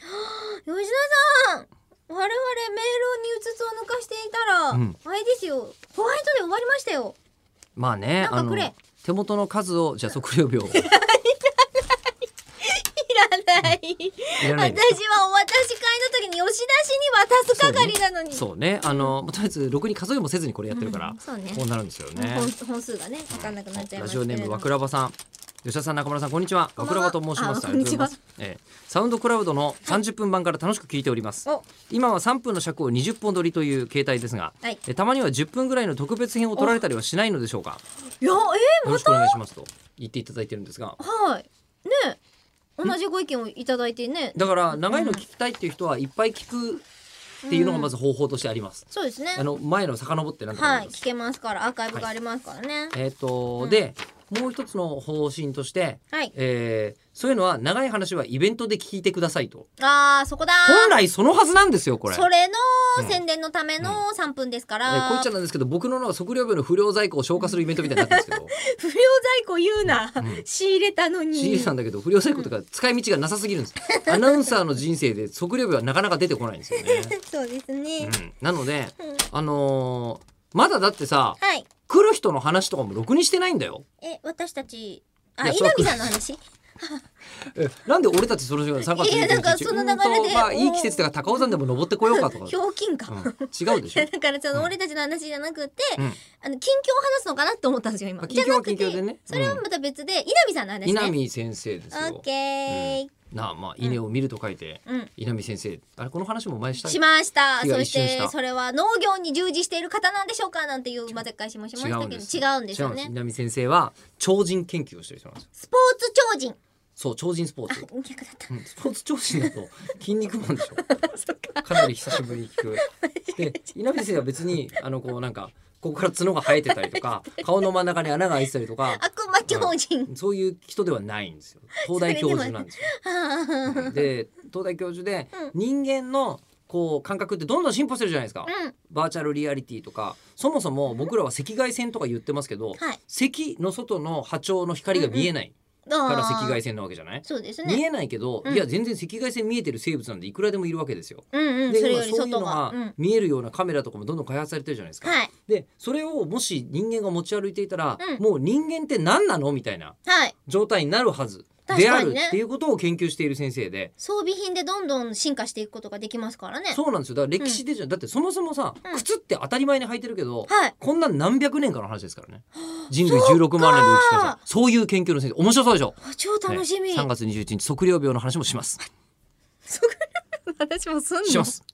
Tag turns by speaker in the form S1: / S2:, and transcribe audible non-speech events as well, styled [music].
S1: 田さん我々メールにうつつを抜かしていたら、
S2: うん
S1: あれですよホワイトで終わりましたよ
S2: まあね
S1: なんか
S2: あの
S1: くれ
S2: 手元の数をじゃあ測量秒
S1: [laughs]
S2: い
S1: いらない
S2: ら
S1: 私は
S2: ないんですか
S1: お渡し会の時に押し出しに渡す係なのに
S2: そうねあのとりあえずろくに数えもせずにこれやってるから、
S1: うんそうね
S2: こうなるんですよね
S1: 本本数がね分かんなくなっちゃい
S2: ラ
S1: ま
S2: ジ
S1: す
S2: オ
S1: け
S2: ネ
S1: れ
S2: ーム
S1: ど
S2: わくらばさん吉田さん中村さんこんにちは
S1: こん
S2: わ
S1: ば
S2: く
S1: んは
S2: らばと申します
S1: あ
S2: ありがとうございま
S1: こ
S2: す、ええサウンドクラウドの30分版から楽しく聞いております、
S1: お
S2: 今は3分の尺を20本撮りという携帯ですが、
S1: はい
S2: えたまには10分ぐらいの特別編を撮られたりはしないのでしょうか
S1: いやえ
S2: よ
S1: ー、
S2: ろ
S1: ま
S2: しくお
S1: た
S2: 願いしますと言っていただいてるんですが
S1: はいね同じご意見をいただいてね
S2: だから長いの聞きたいっていう人はいっぱい聞くっていうのがまず方法としてあります、
S1: そうですね
S2: あの前の遡ってなんとかな
S1: は
S2: り
S1: い
S2: ます
S1: 聞けますからアーカイブがありますからね
S2: えっ、と、でもう一つの方針として、
S1: はい
S2: えーそういうのは長い話はイベントで聞いてくださいと
S1: あーそこだー
S2: 本来そのはずなんですよこれ
S1: それの
S2: うん
S1: 宣伝のための3分ですか
S2: え
S1: ら、
S2: ーこういっちゃなんですけど僕ののは測量部の不良在庫を消化するイベントみたいになってるん [laughs] ですけど
S1: 不良在庫言うな、
S2: ん
S1: 仕入れたのに
S2: シーさんだけど不良在庫とか使い道がなさすぎるんですアナウンサーの人生で測量部はなかなか出てこないんですよね、
S1: [laughs] そうですね、
S2: うん、なので
S1: うん
S2: あのーまだだってさ
S1: はい
S2: 来る人の話とかもろくにしてないんだよ
S1: え私たちあ
S2: いや
S1: 稲見さんの話
S2: えなんで俺たちその時間参加する
S1: いやなんかその流れで
S2: まあいい季節だから高尾山でも登ってこようかと
S1: [laughs]
S2: か、
S1: ひょうきんか、
S2: うん違うでしょ
S1: だからその俺たちの話じゃなくて、
S2: うん
S1: あの近況を話すのかなって思ったんですよ今
S2: あ近況は近況
S1: じゃ
S2: でね
S1: なくてそれはまた別で、稲見さんの話ね
S2: 稲見先生です
S1: オッ
S2: よ
S1: ケー、
S2: なあまあ稲を見ると書いて、
S1: うん
S2: 稲見先生あれこの話も前した
S1: しました
S2: 気が
S1: そ
S2: 一
S1: し
S2: 瞬してた
S1: それは農業に従事している方なんでしょうかなんていうまぜ返しもしました
S2: 違
S1: けど
S2: うんです
S1: 違うんですよ
S2: 違
S1: ね
S2: 稲見先生は超人研究をしてる人なんですよ
S1: スポーツ超人
S2: そう超人スポー
S1: あ
S2: ツ
S1: 逆だった
S2: うんスポーツ超人だと筋肉マンでしょ [laughs]
S1: そっか
S2: かなり久しぶりに聞
S1: [laughs]
S2: く。で稲見先生は別にあのこうなんかここから角が生えてたりとか顔の真ん中に穴が開いてたりとか
S1: 悪魔超人
S2: そういう人ではないんで
S1: [laughs]
S2: すよ。東大教授なんですよ。うんで東大教授で人間のこう感覚ってどんどん進歩してるじゃないですか、
S1: うん
S2: バーチャルリアリティとかそもそも僕らは赤外線とか言ってますけど、
S1: はい
S2: 赤の外の波長の光が見えない
S1: あ
S2: から
S1: ー
S2: 赤外線なわけじゃない、
S1: そうです
S2: 見
S1: ね
S2: えないけど、
S1: うん
S2: いや全然赤外線見えてる生物なんでいくらでもいるわけですよ。
S1: うんうん
S2: で
S1: それ
S2: 今
S1: より
S2: そういう
S1: 外
S2: の
S1: が
S2: が
S1: うん
S2: 見えるようなカメラとかもどんどん開発されてるじゃないですか。
S1: はい
S2: でそれをもし人間が持ち歩いていたら、
S1: うん
S2: もう人間って何なのみたいな
S1: はい
S2: 状態になるはず
S1: 確
S2: で
S1: か
S2: あ
S1: に
S2: る
S1: ね
S2: っていうことを研究している先生で。
S1: 装備品でどんどん進化していくことができますからね
S2: そうなんですよだから歴史でじゃ、だってそもそもさ、
S1: うん
S2: 靴って当たり前に履いてるけど、
S1: はい
S2: こんなん何百年かの話ですからね人類16万年の歴史からさそういう研究の先生面白そうでしょ
S1: あ超楽しみ、
S2: ね3月21日測量病の話もします
S1: 私もすんの
S2: します